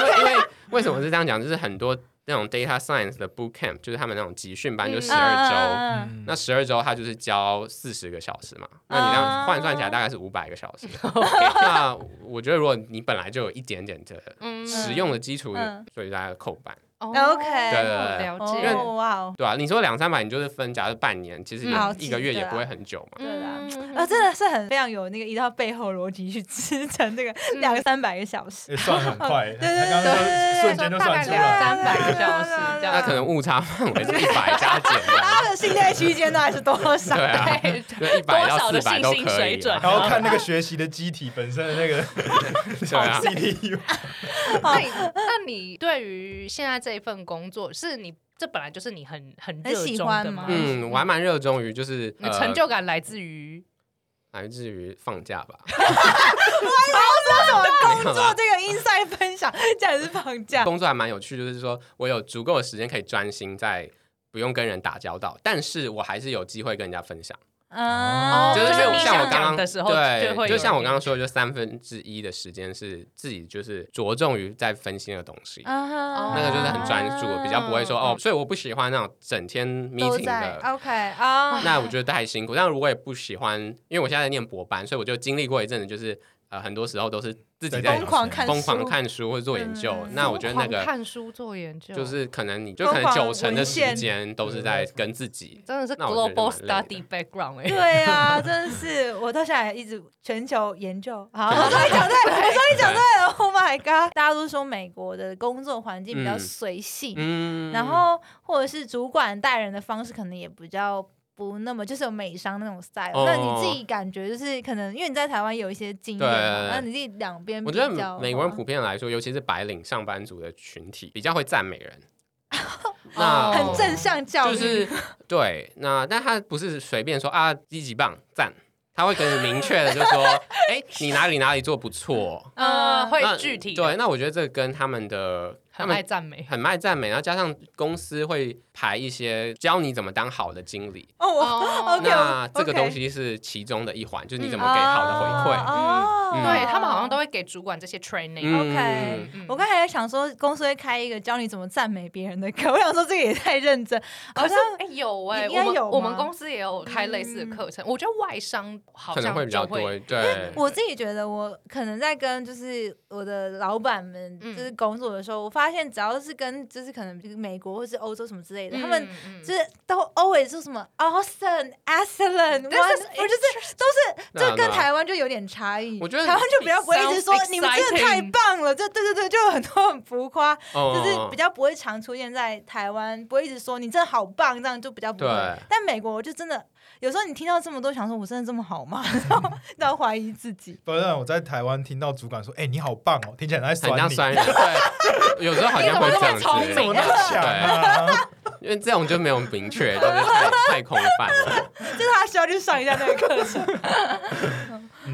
Speaker 4: 因为因为为什么是这样讲？就是很多那种 data science 的 boot camp，就是他们那种集训班，就
Speaker 1: 嗯
Speaker 4: 十二周。
Speaker 2: 嗯嗯嗯
Speaker 3: 嗯
Speaker 4: 那十二周他就是教四十个小时嘛，那你这样
Speaker 1: 啊
Speaker 4: 换算起来大概是五百个
Speaker 1: (laughs)
Speaker 4: 小时。那我觉得如果你本来就有一点点的
Speaker 1: 嗯
Speaker 4: 实用的基础
Speaker 2: 嗯，
Speaker 4: 所以大家扣板，
Speaker 1: 哦
Speaker 2: 对
Speaker 4: 对对
Speaker 1: 了
Speaker 2: 哦
Speaker 4: 因为
Speaker 1: 解，
Speaker 2: 哇哦，
Speaker 4: 对吧、啊你说两三百，你就是分，假如半年，其实
Speaker 1: 嗯
Speaker 4: 也
Speaker 2: 好
Speaker 4: 一个月
Speaker 2: 记
Speaker 4: 也
Speaker 2: 得啊
Speaker 4: 不会很久嘛。
Speaker 2: 对啦
Speaker 1: 嗯
Speaker 2: 啊，真的是很非常有那个一套背后逻辑去支撑这个
Speaker 1: 嗯
Speaker 2: 两三百个小时。
Speaker 3: 也算很快，
Speaker 2: (laughs) 对对
Speaker 3: 他刚刚
Speaker 2: 对
Speaker 3: 就瞬间就
Speaker 1: 大概
Speaker 3: 算出
Speaker 1: 两
Speaker 3: 来。
Speaker 1: 三百个小时这样，
Speaker 4: 那可能误差范围是一百加减
Speaker 2: 他
Speaker 4: 的，
Speaker 2: 的信贷区间到底是多少？
Speaker 4: 对啊，
Speaker 1: (laughs) 对
Speaker 4: 那一百
Speaker 1: 多
Speaker 4: 到
Speaker 1: 少的
Speaker 4: 四百
Speaker 1: 信
Speaker 4: 都
Speaker 1: 心
Speaker 4: 可
Speaker 1: 水
Speaker 4: 以、
Speaker 1: 准 (laughs)
Speaker 4: 啊。
Speaker 3: 然后看那个学习的机体本身的那个
Speaker 4: (laughs) 对
Speaker 3: (laughs)
Speaker 4: 啊
Speaker 3: CPU，
Speaker 2: 哦
Speaker 1: 那你那你对于现在这一份工作，是你这本来就是你很很热
Speaker 2: 很喜
Speaker 1: 衷
Speaker 2: 欢
Speaker 1: 的
Speaker 2: 吗
Speaker 1: 吗？
Speaker 4: 嗯，我还呃蛮热衷于就是
Speaker 1: 你的成就感来自于
Speaker 4: 呃、来自于放假吧。
Speaker 2: 工作这个 inside 分享，这样是放假。
Speaker 4: 工作还蛮有趣，就是说我有足够的时间可以专心在不用跟人打交道，但是我还是有机会跟人家分享。
Speaker 2: 啊，
Speaker 1: 哦
Speaker 4: 就是
Speaker 1: 就是你
Speaker 4: 像
Speaker 1: 想
Speaker 4: 我刚
Speaker 1: 讲
Speaker 4: 刚
Speaker 1: 的时候就会
Speaker 4: 对，
Speaker 1: 有
Speaker 4: 就像我刚刚说的，就三分之一的时间是自己就是着重于在分析的东西。
Speaker 2: 啊
Speaker 4: 嗯那个就是很专注，比较不会说哦，所以我不喜欢那种整天
Speaker 2: 都
Speaker 4: meeting
Speaker 2: 在
Speaker 4: 的。
Speaker 2: OK 啊，
Speaker 4: 那我觉得太辛苦。但我也不喜欢，因为我现在在念博班，所以我就经历过一阵子，就是呃，很多时候都是自己在
Speaker 2: 疯狂看
Speaker 4: 疯狂
Speaker 2: 书
Speaker 4: 看书或者做研究。
Speaker 2: 嗯
Speaker 4: 哦那我觉得那
Speaker 1: 疯狂
Speaker 4: 个
Speaker 1: 看书做研究，
Speaker 4: 就是可能你就
Speaker 2: 疯
Speaker 4: 可能
Speaker 2: 狂
Speaker 4: 九成的
Speaker 2: 文
Speaker 4: 时
Speaker 2: 献
Speaker 4: 间都是在跟自己。
Speaker 1: 真的是
Speaker 4: 那我觉得
Speaker 1: global
Speaker 4: 蛮累
Speaker 1: study background 哎、
Speaker 2: 对
Speaker 4: (laughs)
Speaker 2: 啊，真的是我到现在一直全球研究。好，我终于讲对了，我终于讲对了，Oh my god！大家都说美国的工作环境比较随性，
Speaker 4: 嗯
Speaker 2: 然后或者是主管带人的方式可能也比较不那么就是有美商那种 style、
Speaker 4: 哦
Speaker 2: 那你自己感觉就是可能因为你在台湾有一些经验嘛，
Speaker 4: 对
Speaker 2: 那你自己两边
Speaker 4: 我
Speaker 2: 比
Speaker 4: 觉
Speaker 2: 较
Speaker 4: 得美美国人普遍来说，尤其是白领上班族的群体，比较会赞美人。那
Speaker 2: 很哦正向教育，
Speaker 4: 就是 (laughs) 对，那但他不是随便说啊，积极棒赞，他会跟你明确的就说，哎、你哪里哪里做
Speaker 2: (laughs)
Speaker 4: 不错，
Speaker 2: 嗯
Speaker 1: 呃，会
Speaker 4: 那
Speaker 1: 具体的
Speaker 4: 对，那我觉得这跟他们的他
Speaker 1: 很爱
Speaker 4: 们
Speaker 1: 赞
Speaker 2: 嗯
Speaker 1: 美。
Speaker 4: 很爱赞美，然后加上公司会排一些教你怎么当好的经理。
Speaker 2: 哦，我
Speaker 1: 哦
Speaker 2: OK，
Speaker 4: 那这个
Speaker 2: OK
Speaker 4: 东西是其中的一环，就是你怎
Speaker 1: 嗯
Speaker 4: 么给好的回馈。
Speaker 2: 哦
Speaker 4: 嗯
Speaker 1: 对他们好像都会给主管这些 training，、
Speaker 4: 嗯
Speaker 2: OK，、
Speaker 1: 嗯
Speaker 2: 我刚才在想说，公司会开一个教你怎么赞美别人的课，我想说这个也太认真，好
Speaker 1: 可是
Speaker 2: 像
Speaker 1: 哎、有哎、
Speaker 2: 应该
Speaker 1: 我们
Speaker 2: 有
Speaker 1: 我们
Speaker 2: 吗嗯
Speaker 1: 公司也有开类似的课程，我觉得外商好
Speaker 4: 可
Speaker 1: 像
Speaker 4: 能会比较
Speaker 1: 就会
Speaker 4: 多，
Speaker 2: 哎
Speaker 4: 对，
Speaker 2: 我自己觉得，我可能在跟就是我的老板们
Speaker 1: 嗯
Speaker 2: 就是工作的时候，我发发现，只要是跟就是可能美国或是欧洲什么之类的，他们
Speaker 1: 嗯
Speaker 2: 就是都 always 说什么 awesome、excellent，我
Speaker 1: This
Speaker 2: 我
Speaker 1: is
Speaker 2: 就是都是
Speaker 4: 那
Speaker 2: 这跟
Speaker 4: 那
Speaker 2: 台湾就有点差异。
Speaker 4: 我觉得
Speaker 2: 台湾就比较不会一直说
Speaker 1: Sounds
Speaker 2: 你们真的太
Speaker 1: exciting
Speaker 2: 棒了，这对对对，就有很多很浮夸，
Speaker 4: 哦
Speaker 2: 就是比较不会常出现在台湾，不会一直说你真的好棒，这样就比较不会
Speaker 4: 对。
Speaker 2: 但美国我就真的有时候你听到这么多，想说我真的这么好吗？ (laughs) 然后然后怀疑自己。
Speaker 3: 不然我在台湾听到主管说：“哎、你好棒哦！”听起来很在
Speaker 4: 很像酸
Speaker 3: 酸
Speaker 4: 人，对，有时候好像会这样
Speaker 1: 你
Speaker 4: 子，欸
Speaker 1: 怎
Speaker 3: 你，怎么那么想啊？
Speaker 4: 因为这种就没有明确，就是太太空泛了，
Speaker 2: 就是他需要去上一下那个课 (laughs) 程。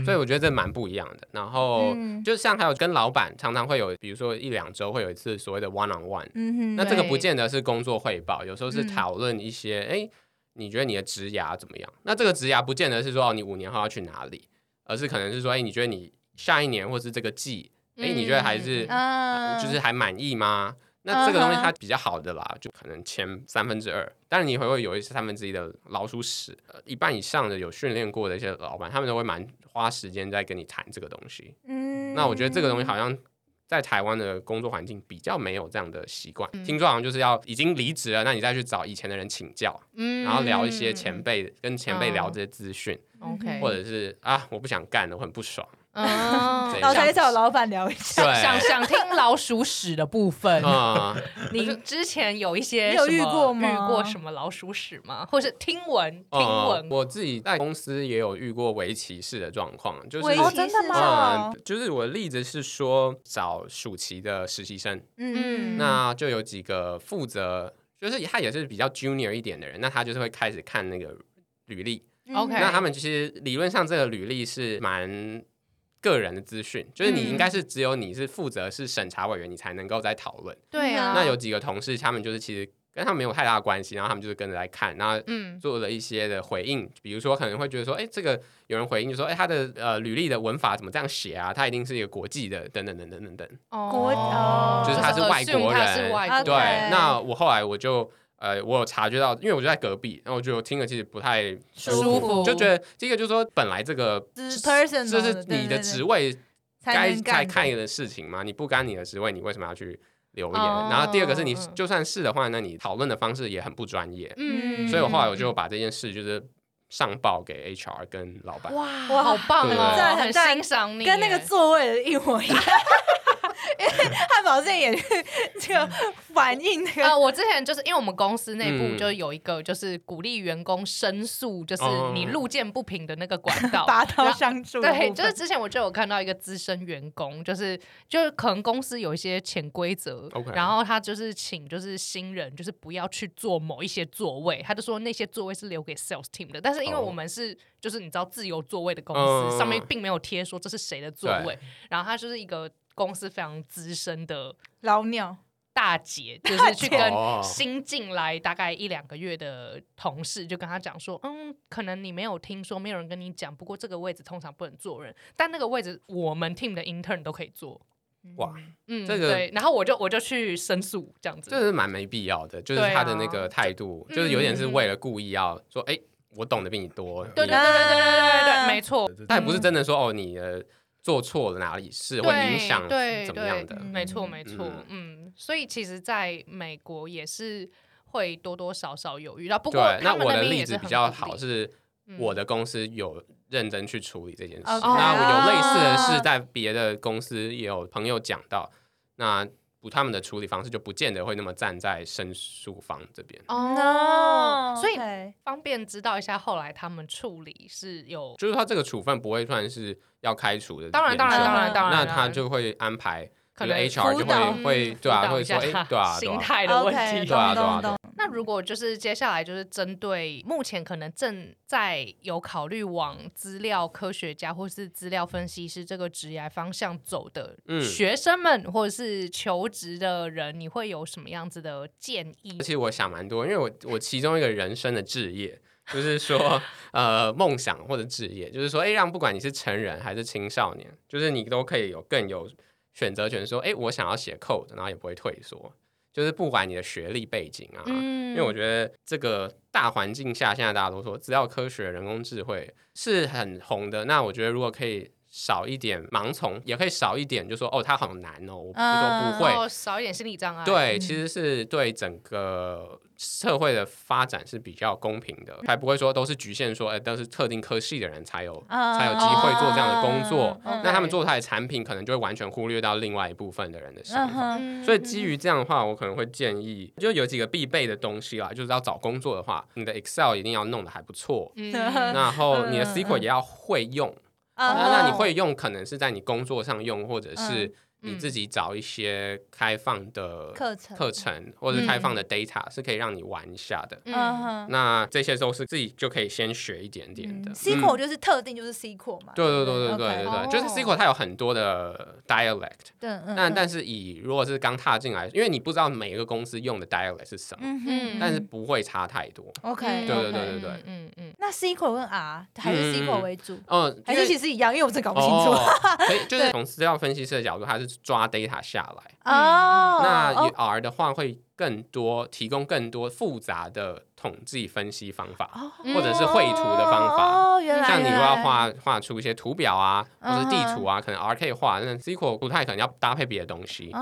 Speaker 4: 所以我觉得这蛮不一样的。然后
Speaker 2: 嗯
Speaker 4: 就像还有跟老板常常会有，比如说一两周会有一次所谓的 one on one，
Speaker 2: 嗯
Speaker 4: 那
Speaker 2: 哼，
Speaker 4: 这个
Speaker 1: 对
Speaker 4: 不见得是工作汇报，有时候是
Speaker 1: 嗯
Speaker 4: 讨论一些，哎、你觉得你的职涯怎么样？那这个职涯不见得是说哦，你五年后要去哪里，而是可能是说，哎、你觉得你下一年或是这个季，哎、你觉得还是、
Speaker 2: 嗯，
Speaker 4: 呃就是还满意吗？那这个东西
Speaker 2: 嗯哼
Speaker 4: 它比较好的啦，就可能前三分之二，当然你会会有一些三分之一的老鼠屎，呃一半以上的有训练过的一些老板，他们都会蛮花时间在跟你谈这个东西。
Speaker 2: 嗯
Speaker 4: 那我觉得这个东西好像在台湾的工作环境比较没有这样的习惯，
Speaker 1: 嗯
Speaker 4: 听说好像就是要已经离职了，那你再去找以前的人请教，
Speaker 1: 嗯哦
Speaker 4: 然后聊一些前辈跟前辈聊这些资讯，
Speaker 1: ，OK，
Speaker 4: 或者是啊我不想干了，我很
Speaker 1: (laughs)
Speaker 4: 不爽，
Speaker 1: 嗯
Speaker 4: 怎
Speaker 2: 然后才
Speaker 4: 样
Speaker 2: 去找老板聊一下。
Speaker 4: 对，
Speaker 1: 想想听老鼠屎的部分，
Speaker 4: 啊、
Speaker 1: 你之前有一些
Speaker 2: 你有
Speaker 1: 什
Speaker 2: 遇
Speaker 1: 么
Speaker 2: 过吗
Speaker 1: 遇过什么老鼠屎吗？或是听闻听
Speaker 4: 呃
Speaker 1: 闻？
Speaker 2: 嗯
Speaker 4: 我自己在公司也有遇过围棋式的状况，就是
Speaker 2: 围哦，
Speaker 1: 棋
Speaker 2: 真的
Speaker 1: 是
Speaker 2: 吗？
Speaker 4: 嗯，就是我的例子是说找暑期的实习生，
Speaker 1: 嗯
Speaker 4: 那就有几个负责，就是他也是比较 junior 一点的人，那他就是会开始看那个履历。
Speaker 2: 嗯
Speaker 1: OK
Speaker 4: 那他们其实理论上这个履历是蛮个人的资讯，就是你应该是只有你是负责是审查委员，你才能够在讨论。
Speaker 1: 对啊，
Speaker 4: 那有几个同事，他们就是其实跟他们没有太大的关系，然后他们就是跟着来看，然后
Speaker 1: 嗯
Speaker 4: 做了一些的回应，比如说可能会觉得说，哎，这个有人回应就说，哎，他的呃履历的文法怎么这样写啊？他一定是一个国际的，等等等等等等。
Speaker 2: 国
Speaker 3: 哦
Speaker 4: 就是他是外国
Speaker 1: assume 他
Speaker 4: 人
Speaker 1: 是外
Speaker 2: OK
Speaker 1: 国
Speaker 4: 对
Speaker 1: 人，，
Speaker 4: 那我后来我就呃，我有察觉到，因为我就在隔壁，然后我就听了其实不太
Speaker 1: 舒服
Speaker 4: 就觉得这个就是说本来这个
Speaker 2: 只是 personal
Speaker 4: 就
Speaker 2: 的
Speaker 4: 是
Speaker 2: 对
Speaker 4: 你
Speaker 2: 对
Speaker 4: 的
Speaker 2: 对
Speaker 4: 职位
Speaker 2: 才
Speaker 4: 该
Speaker 2: 能
Speaker 4: 在
Speaker 2: 干
Speaker 4: 看的事情嘛，你不干你的职位，你为什么要去留言？
Speaker 1: 哦
Speaker 4: 然后第二个是你
Speaker 1: 嗯
Speaker 4: 就算是的话，那你讨论的方式也很不专业，
Speaker 1: 嗯，
Speaker 4: 所以我后来我就把这件事就是上报给 HR 跟老板。
Speaker 1: 哇
Speaker 2: 哇
Speaker 1: 好棒
Speaker 4: 对
Speaker 1: 哦，
Speaker 4: 真
Speaker 2: 的
Speaker 1: 很
Speaker 2: 很赞
Speaker 1: 欣赏你耶，
Speaker 2: 跟那个座位的一模一样。 (laughs) 因为汉堡之前也是这个反映那个
Speaker 1: 呃，我之前就是因为我们公司内部
Speaker 4: 嗯
Speaker 1: 就有一个就是鼓励员工申诉，就是
Speaker 4: 哦
Speaker 1: 你路见不平的那个管道。
Speaker 2: (laughs) 拔刀相助的部
Speaker 1: 对，
Speaker 2: 分，
Speaker 1: 就是之前我就有看到一个资深员工，就是就是可能公司有一些潜规则
Speaker 4: OK
Speaker 1: 然后他就是请就是新人就是不要去坐某一些座位，他就说那些座位是留给 sales team 的，但是因为
Speaker 4: 哦
Speaker 1: 我们是、就是你知道自由座位的公司，
Speaker 4: 嗯
Speaker 1: 上面并没有贴说这是谁的座位，然后他就是一个公司非常资深的
Speaker 2: 老鸟。
Speaker 1: 大姐，就是去跟
Speaker 4: 哦
Speaker 1: 新进来大概一两个月的同事，就跟他讲说，嗯，可能你没有听说，没有人跟你讲，不过这个位置通常不能坐人，但那个位置我们 team 的 intern 都可以坐。
Speaker 4: 哇，
Speaker 1: 嗯，
Speaker 4: 这个
Speaker 1: 对，然后我就我就去申诉这样子。
Speaker 4: 这是蛮没必要的，就是
Speaker 1: 对啊
Speaker 4: 他的那个态度，
Speaker 1: 就
Speaker 4: 就是有点是为了故意要说，哎、我懂得比你多，
Speaker 1: 嗯对对对啊
Speaker 4: 你
Speaker 1: 对对对对对，没错，
Speaker 4: 他也不是真的说哦，你呃做错了哪里是会
Speaker 1: 对
Speaker 4: 影响
Speaker 1: 对
Speaker 4: 怎么样的嗯
Speaker 1: 对，没错没错，嗯，所以其实在美国也是会多多少少有遇到，不过
Speaker 4: 对，那
Speaker 1: 他们
Speaker 4: 我的
Speaker 1: 边
Speaker 4: 例
Speaker 1: 也是
Speaker 4: 子
Speaker 1: 很
Speaker 4: 比较
Speaker 1: 鼓励嗯
Speaker 4: 好，是我的公司有认真去处理这件事。
Speaker 1: 哦
Speaker 2: OK
Speaker 4: 那有类似的是在别的公司也有朋友讲到，那不他们的处理方式就不见得会那么站在申诉方这边。
Speaker 1: 哦，所以
Speaker 2: OK
Speaker 1: 方便知道一下后来他们处理是有，
Speaker 4: 就是他这个处分不会算是要开除的，
Speaker 1: 当然当然当然当然，
Speaker 4: 那他就会安排，
Speaker 1: 可
Speaker 4: 可
Speaker 1: 能
Speaker 4: 能 HR 就
Speaker 2: 辅导
Speaker 4: 会会对啊，会说哎，
Speaker 1: 哎 (laughs)
Speaker 4: 对啊，对啊，
Speaker 1: 心态的问
Speaker 2: OK，
Speaker 1: 题。
Speaker 4: 对
Speaker 2: 懂
Speaker 4: 啊对啊
Speaker 2: 懂
Speaker 4: 对啊
Speaker 2: 懂。
Speaker 1: 那如果就是接下来就是针对目前可能正在有考虑往资料科学家或是资料分析师这个职业方向走的
Speaker 4: 嗯
Speaker 1: 学生们，或者是求职的人，你会有什么样子的建议
Speaker 4: 其？实我想蛮多，因为我我其中一个人生的志业就是说， (laughs) 呃，梦想或者志业，就是说，哎，让不管你是成人还是青少年，就是你都可以有更有选择权，说，哎，我想要写 code，然后也不会退缩，就是不管你的学历背景啊，
Speaker 1: 嗯
Speaker 4: 因为我觉得这个大环境下，现在大家都说资料科学、人工智慧是很红的。那我觉得如果可以少一点盲从，也可以少一点就说哦，它好难哦，我不
Speaker 2: 嗯
Speaker 4: 说不会。
Speaker 1: 然后少一点心理障碍。
Speaker 4: 对，
Speaker 2: 嗯
Speaker 4: 其实是对整个社会的发展是比较公平的，才不会说都是局限说，哎，都是特定科系的人才有才有机会做这样的工作。
Speaker 2: 嗯
Speaker 4: 那他们做出来的产品，可能就会完全忽略到另外一部分的人的想
Speaker 2: 嗯
Speaker 4: 法。
Speaker 2: 哼，
Speaker 1: 嗯，
Speaker 4: 所以基于这样的话，我可能会建议，就有几个必备的东西啦，就是要找工作的话，你的 Excel 一定要弄得还不错，
Speaker 1: 嗯
Speaker 2: 那
Speaker 4: 然后你的
Speaker 2: 嗯嗯
Speaker 4: SQL 也要会用。
Speaker 2: 啊
Speaker 4: 那那你会用，可能是在你工作上用，或者是你
Speaker 1: 嗯
Speaker 4: 自己找一些开放的
Speaker 2: 课程
Speaker 4: 课程，或者开放的 data 是可以让你玩一下的。
Speaker 2: 嗯
Speaker 1: 嗯
Speaker 2: 哼
Speaker 4: 那这些都是自己就可以先学一点点的。
Speaker 2: ，SQL
Speaker 4: 嗯
Speaker 2: 就是特定就是 SQL 嘛，
Speaker 4: 对
Speaker 2: 不
Speaker 4: 对对对对对
Speaker 2: OK
Speaker 4: 对，就是
Speaker 1: 哦
Speaker 4: SQL 它有很多的 dialect，
Speaker 2: 对，嗯
Speaker 4: 那
Speaker 2: 嗯
Speaker 4: 但是以如果是刚踏进来，因为你不知道每一个公司用的 dialect 是什么，
Speaker 2: 嗯
Speaker 1: 嗯
Speaker 2: 哼，
Speaker 4: 但是不会差太多。
Speaker 2: OK，
Speaker 4: 对对
Speaker 2: OK
Speaker 4: 对对对
Speaker 1: 嗯嗯
Speaker 2: 那 SQL 跟 R 还是
Speaker 4: 嗯嗯
Speaker 2: SQL
Speaker 4: 嗯
Speaker 2: 为主，
Speaker 4: 嗯，
Speaker 2: 还
Speaker 4: 因为
Speaker 2: 是其实一样，因为我真的搞不清楚。 (laughs)
Speaker 4: 哦，所以就是从资料分析师的角度，它是抓 data 下来。
Speaker 2: 哦，
Speaker 4: 那以 E
Speaker 2: 哦
Speaker 4: R 的话，会更多提供更多复杂的统计分析方法，
Speaker 1: 嗯，
Speaker 4: 或者是绘图的方法。
Speaker 2: 哦，原来
Speaker 4: 像你如
Speaker 2: 原
Speaker 4: 果要
Speaker 2: 来
Speaker 4: 画画出一些图表啊，或
Speaker 2: 嗯
Speaker 4: 是地图啊，可能 R 可以画，那 SQL 不太可能要搭配别的东西。
Speaker 2: 哦，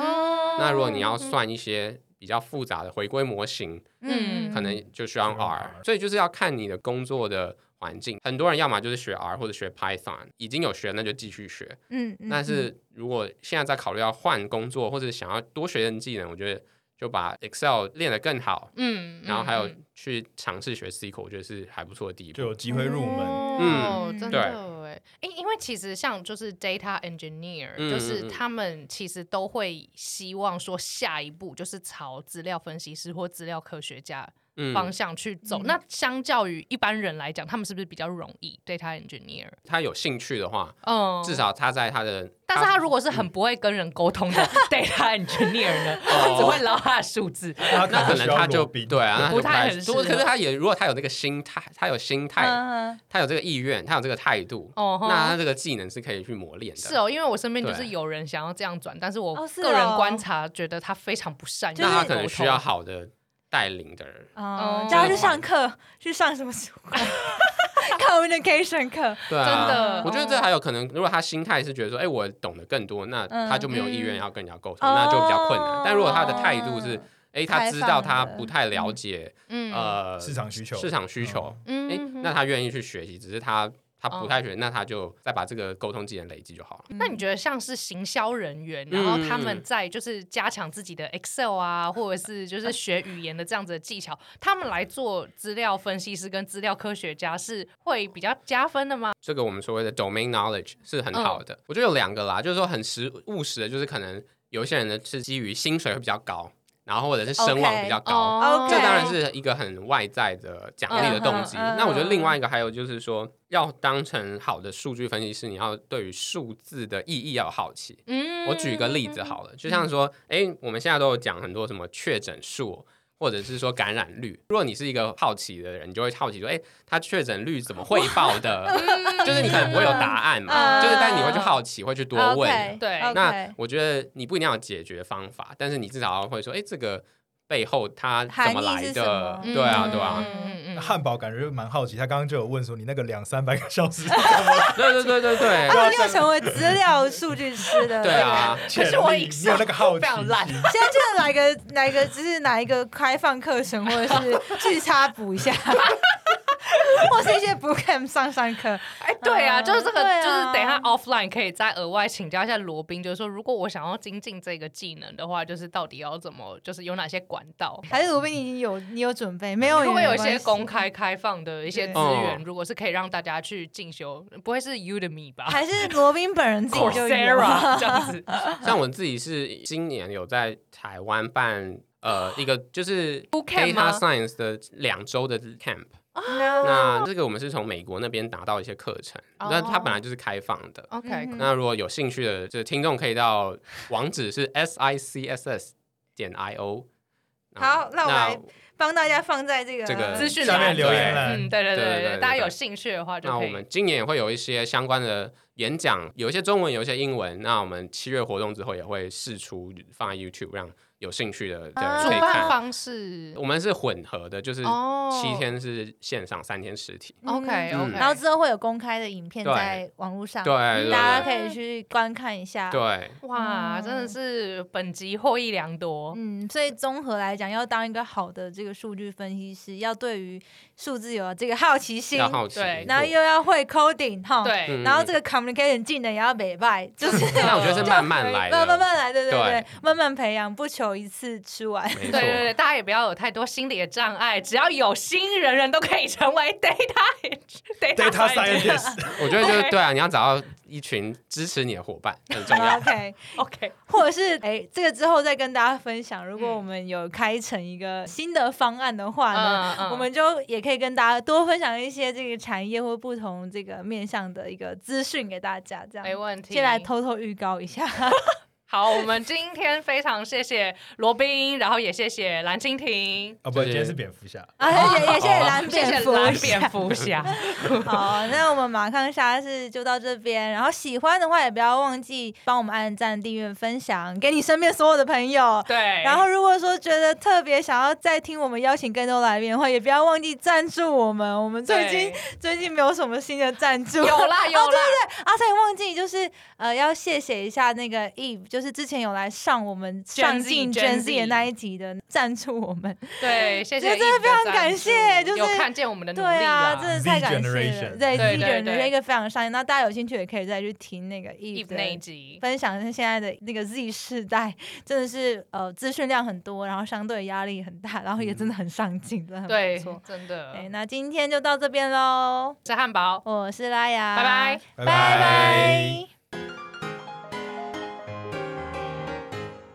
Speaker 4: 那如果你要算一些比较复杂的回归模型，
Speaker 1: 嗯
Speaker 4: 可能就需要用
Speaker 3: 需要
Speaker 4: R，
Speaker 3: R
Speaker 4: 所以就是要看你的工作的环境。很多人要么就是学 R 或者学 Python，已经有学那就继续学。
Speaker 2: 嗯，嗯
Speaker 4: 但是如果现在在考虑要换工作或者想要多学点技能，我觉得就把 Excel 练得更好，
Speaker 1: 嗯，
Speaker 4: 然后还有
Speaker 1: 嗯
Speaker 4: 去尝试学 SQL，我觉得是还不错的第一
Speaker 3: 就有
Speaker 4: 步。
Speaker 3: 机会入门。
Speaker 1: 哦
Speaker 2: 嗯
Speaker 1: 真
Speaker 4: 对
Speaker 1: 的哎，因因为其实像就是 data engineer，
Speaker 4: 嗯
Speaker 1: 就
Speaker 4: 嗯
Speaker 1: 是
Speaker 4: 嗯
Speaker 1: 他们其实都会希望说下一步就是朝资料分析师或资料科学家
Speaker 4: 嗯，
Speaker 1: 方向去走。
Speaker 2: 嗯
Speaker 1: 那相较于一般人来讲，他们是不是比较容易 data engineer？
Speaker 4: 他有兴趣的话，
Speaker 1: 嗯，
Speaker 4: 至。少他在他的，
Speaker 1: 哦但是他如果是很不会跟人沟通
Speaker 4: (laughs)
Speaker 1: 的 data engineer 呢，
Speaker 4: 哦
Speaker 1: 他只会捞他的数字。
Speaker 3: 那
Speaker 4: 那可能他就
Speaker 3: 比
Speaker 4: 对啊，那他就
Speaker 1: 不太很适合
Speaker 4: 多可是他也如果他有这个心态，他有心态，
Speaker 2: 嗯嗯
Speaker 4: 他有这个意愿，他有这个态度，
Speaker 1: 哦吼，
Speaker 4: 那他这个技能是可以去磨练的。
Speaker 1: 是哦，因为我身边就是
Speaker 4: 对
Speaker 1: 有人想要这样转，但是我
Speaker 2: 哦是
Speaker 1: 个人
Speaker 2: 哦
Speaker 1: 观察觉得他非常不善于沟
Speaker 2: 就是
Speaker 1: 通，
Speaker 4: 那他可能需要好的带领的人，
Speaker 2: 哦
Speaker 1: 哦，
Speaker 2: 叫他去上课，去上什么课 (laughs) ？Communication 课，
Speaker 4: 对
Speaker 1: 真
Speaker 4: 啊。
Speaker 1: 的，哦
Speaker 4: 我觉得这还有可能，如果他心态是觉得说，哎，我懂得更多，那
Speaker 2: 嗯
Speaker 4: 他就没有意
Speaker 1: 嗯哦
Speaker 4: 愿要跟人家沟通，那就比较困难
Speaker 2: 哦。
Speaker 4: 但如果他的态度是，哎，他知道他不太了解
Speaker 1: 嗯
Speaker 4: 呃
Speaker 3: 市场需求，
Speaker 4: 市场需求，哎
Speaker 1: 嗯，，
Speaker 4: 那他愿意去学习，只是他他不
Speaker 2: 哦
Speaker 4: 太学，那他就再把这个沟通技能累积就好了。
Speaker 1: 那你觉得像是行销人员，然后他
Speaker 4: 嗯
Speaker 1: 们在就是加强自己的 Excel 啊，或者是就是学语言的这样子的技巧，他们来做资料分析师跟资料科学家是会比较加分的吗？
Speaker 4: 这个我们所谓的 domain knowledge 是很好
Speaker 2: 嗯
Speaker 4: 的。我觉得有两个啦，就是说很实务实的，就是可能有一些人呢是基于薪水会比较高，然后或者是声望
Speaker 2: OK，
Speaker 4: 比较高。
Speaker 2: 哦
Speaker 4: 这
Speaker 2: 对
Speaker 4: 当然是一个很外在的奖励的动机。
Speaker 2: 嗯哼嗯
Speaker 4: 那我觉得另外一个还有就是说，要当成好的数据分析师，你要对于数字的意义要有好奇。
Speaker 1: 嗯
Speaker 4: 我举一个例子好了，就
Speaker 2: 嗯
Speaker 4: 像说，哎、我们现在都有讲很多什么确诊数，或者是说感染率。如果你是一个好奇的人，你就会好奇说，哎、他确诊率怎么汇报
Speaker 2: (laughs)
Speaker 4: 的？就是你可能不会有答案嘛，
Speaker 2: 嗯
Speaker 4: 就是但你会去好奇，会去多问。
Speaker 2: OK，
Speaker 1: 对
Speaker 2: OK
Speaker 4: 那我觉得你不一定要有解决方法，但是你至少会说，哎、这个背后它怎么来
Speaker 2: 含义是什
Speaker 4: 的
Speaker 2: 么？
Speaker 4: 对啊，对啊，
Speaker 1: 嗯嗯
Speaker 3: 汉堡感觉就蛮好奇，他刚刚就有问说你那个两三百个小时是怎么
Speaker 4: 对对对对
Speaker 2: (laughs)
Speaker 4: 啊对
Speaker 2: 他们要成为资料数据师的。
Speaker 4: 对。啊，
Speaker 1: (laughs)
Speaker 3: 建立
Speaker 1: 可是我
Speaker 3: 你有那个好奇
Speaker 1: 非常烂
Speaker 3: 心
Speaker 2: 现在就是哪一个哪一个，就是哪一个开放课程，或者
Speaker 4: (laughs)
Speaker 2: 是去插补一下， (laughs) 或是一些 bootcamp 上上课。
Speaker 1: 哎，对啊，
Speaker 2: 嗯
Speaker 1: 就是这个，
Speaker 2: 对啊
Speaker 1: 就是等一下 offline 可以再额外请教一下罗宾，就是说，如果我想要精进这个技能的话，就是到底要怎么，就是有哪些管道？
Speaker 2: 还是卢斌，你已经有你有准备没有？
Speaker 1: 如果
Speaker 2: 也
Speaker 1: 有
Speaker 2: 没
Speaker 1: 一些
Speaker 2: 关系
Speaker 1: 公开开放的一些资
Speaker 4: 对
Speaker 1: 源，如果是可以让大家去进修，不会是 Udemy 吧
Speaker 2: 还是罗宾本人自己就有 (laughs)
Speaker 1: ？Coursera 这样子
Speaker 4: 像我自己是今年有在台湾办呃一个就是
Speaker 1: Boot camp 吗
Speaker 4: data science 的两周的 camp。那这个我们是从美国那边拿到一些课程，
Speaker 1: 哦
Speaker 4: 那它本来就是开放的。
Speaker 1: (laughs) ？OK，
Speaker 2: 嗯
Speaker 4: 那如果有兴趣的，就是听众可以到网址是 s i c s s 点 i o。
Speaker 2: 好那我来帮大家放在这个嗯
Speaker 4: 这个
Speaker 1: 资讯
Speaker 3: 下
Speaker 1: 栏
Speaker 3: 面留言
Speaker 4: 对
Speaker 3: 栏
Speaker 1: 嗯，对对
Speaker 4: 对对
Speaker 1: 对
Speaker 4: 对
Speaker 1: 对，大家有兴趣的话就
Speaker 4: 那
Speaker 1: 可
Speaker 4: 我
Speaker 1: 以
Speaker 4: 们。今年也会有一些相关的演讲有一些中文，有一些英文。那我们七月活动之后也会试出放在 YouTube，让有兴趣的的人
Speaker 2: 啊
Speaker 4: 可以
Speaker 1: 主办
Speaker 4: 看。
Speaker 1: 方式
Speaker 4: 我们是混合的，就是
Speaker 1: 哦
Speaker 4: 七天是线上，三天实体。
Speaker 1: ，OK
Speaker 4: 嗯
Speaker 1: OK，
Speaker 2: 然后之后会有公开的影片
Speaker 4: 对
Speaker 2: 在网络上，
Speaker 4: 对对
Speaker 2: 大家可以去观看一下。
Speaker 4: 对，
Speaker 1: 哇，
Speaker 2: 嗯
Speaker 1: 真的是本集获益良多。
Speaker 2: 嗯，所以综合来讲，要当一个好的这个数据分析师，要对于数字有这个好奇心
Speaker 4: 要，好奇。
Speaker 1: 对
Speaker 2: 然后又要会 coding 哈，，
Speaker 1: 对，
Speaker 4: 嗯
Speaker 2: 然后这个 communication 技能也要美拜，就是
Speaker 4: 那我觉 (laughs) 得是慢慢来
Speaker 2: (laughs) 慢慢
Speaker 4: 的，
Speaker 2: 慢来，对对
Speaker 4: 对
Speaker 2: 对，慢慢培养，不求一次吃完。
Speaker 4: 嗯没
Speaker 1: 对对
Speaker 4: 错。
Speaker 1: 对，大家也不要有太多心理的障碍，只要有心，人人都可以成为 (laughs) data
Speaker 3: data
Speaker 1: scientist (laughs)
Speaker 3: scientist，
Speaker 4: 我觉得就是对啊，你要找到一群支持你的伙伴很重要。
Speaker 2: (laughs) OK，
Speaker 1: OK，
Speaker 2: 或者是哎，这个之后再跟大家分享。如果
Speaker 1: 嗯
Speaker 2: 我们有开成一个新的方案的话呢， (laughs)
Speaker 1: 嗯嗯
Speaker 2: 我们就也可以跟大家多分享一些这个产业或不同这个面向的一个资讯给大家。这样
Speaker 1: 没问题。
Speaker 2: 先来偷偷预告
Speaker 1: (laughs)
Speaker 2: 一下，
Speaker 1: 好，我们今天非常谢谢罗宾，然后也谢谢蓝蜻蜓，
Speaker 3: 啊不，今天是蝙蝠侠。
Speaker 2: 啊，也也谢谢蓝
Speaker 1: 哦谢谢
Speaker 2: 蝙蝠
Speaker 1: 蓝
Speaker 2: 侠
Speaker 1: 蝙蝠侠。
Speaker 2: 好，那我们马康沙是就到这边。然后喜欢的话，也不要忘记帮我们按赞、订阅、分享给你身边所有的朋友。
Speaker 1: 对，
Speaker 2: 然后如果说觉得特别想要再听我们邀请更多来宾的话，也不要忘记赞助我们。我们最近
Speaker 1: 对
Speaker 2: 最近没有什么新的赞助。
Speaker 1: 有
Speaker 2: 哦 (laughs)
Speaker 1: 啦有啦，
Speaker 2: 阿才忘记就是呃，要谢谢一下那个 Eve，就是之前有来上我们
Speaker 1: Gen
Speaker 2: 上
Speaker 1: Z，
Speaker 2: 进
Speaker 1: Gen
Speaker 2: Gen Z
Speaker 1: Z
Speaker 2: 的那一集的赞助我们。
Speaker 1: 对，谢
Speaker 2: 觉
Speaker 1: 谢，
Speaker 2: 得真的非常感谢就是
Speaker 1: 有看见我们的努力
Speaker 2: 对
Speaker 1: 啦
Speaker 2: 啊，真的
Speaker 3: Z
Speaker 2: 太感谢
Speaker 3: generation
Speaker 2: 了。对 Z
Speaker 1: 对对
Speaker 2: generation
Speaker 1: 对
Speaker 2: 一个非常商业，那大家有兴趣也可以再去听那个 Eve 的
Speaker 1: Eve 那一集，
Speaker 2: 分享一下现在的那个 Z 世代，真的是呃资讯量很多，然后相对压力很大，然后也真的很上进，真的
Speaker 1: 嗯
Speaker 2: 很
Speaker 1: 对
Speaker 2: 不错。，
Speaker 1: 真
Speaker 2: 对，
Speaker 1: 的
Speaker 2: 那今天就到这边喽，
Speaker 1: 是汉堡，
Speaker 2: 我是拉雅，
Speaker 1: 拜拜。
Speaker 3: 拜
Speaker 2: 拜拜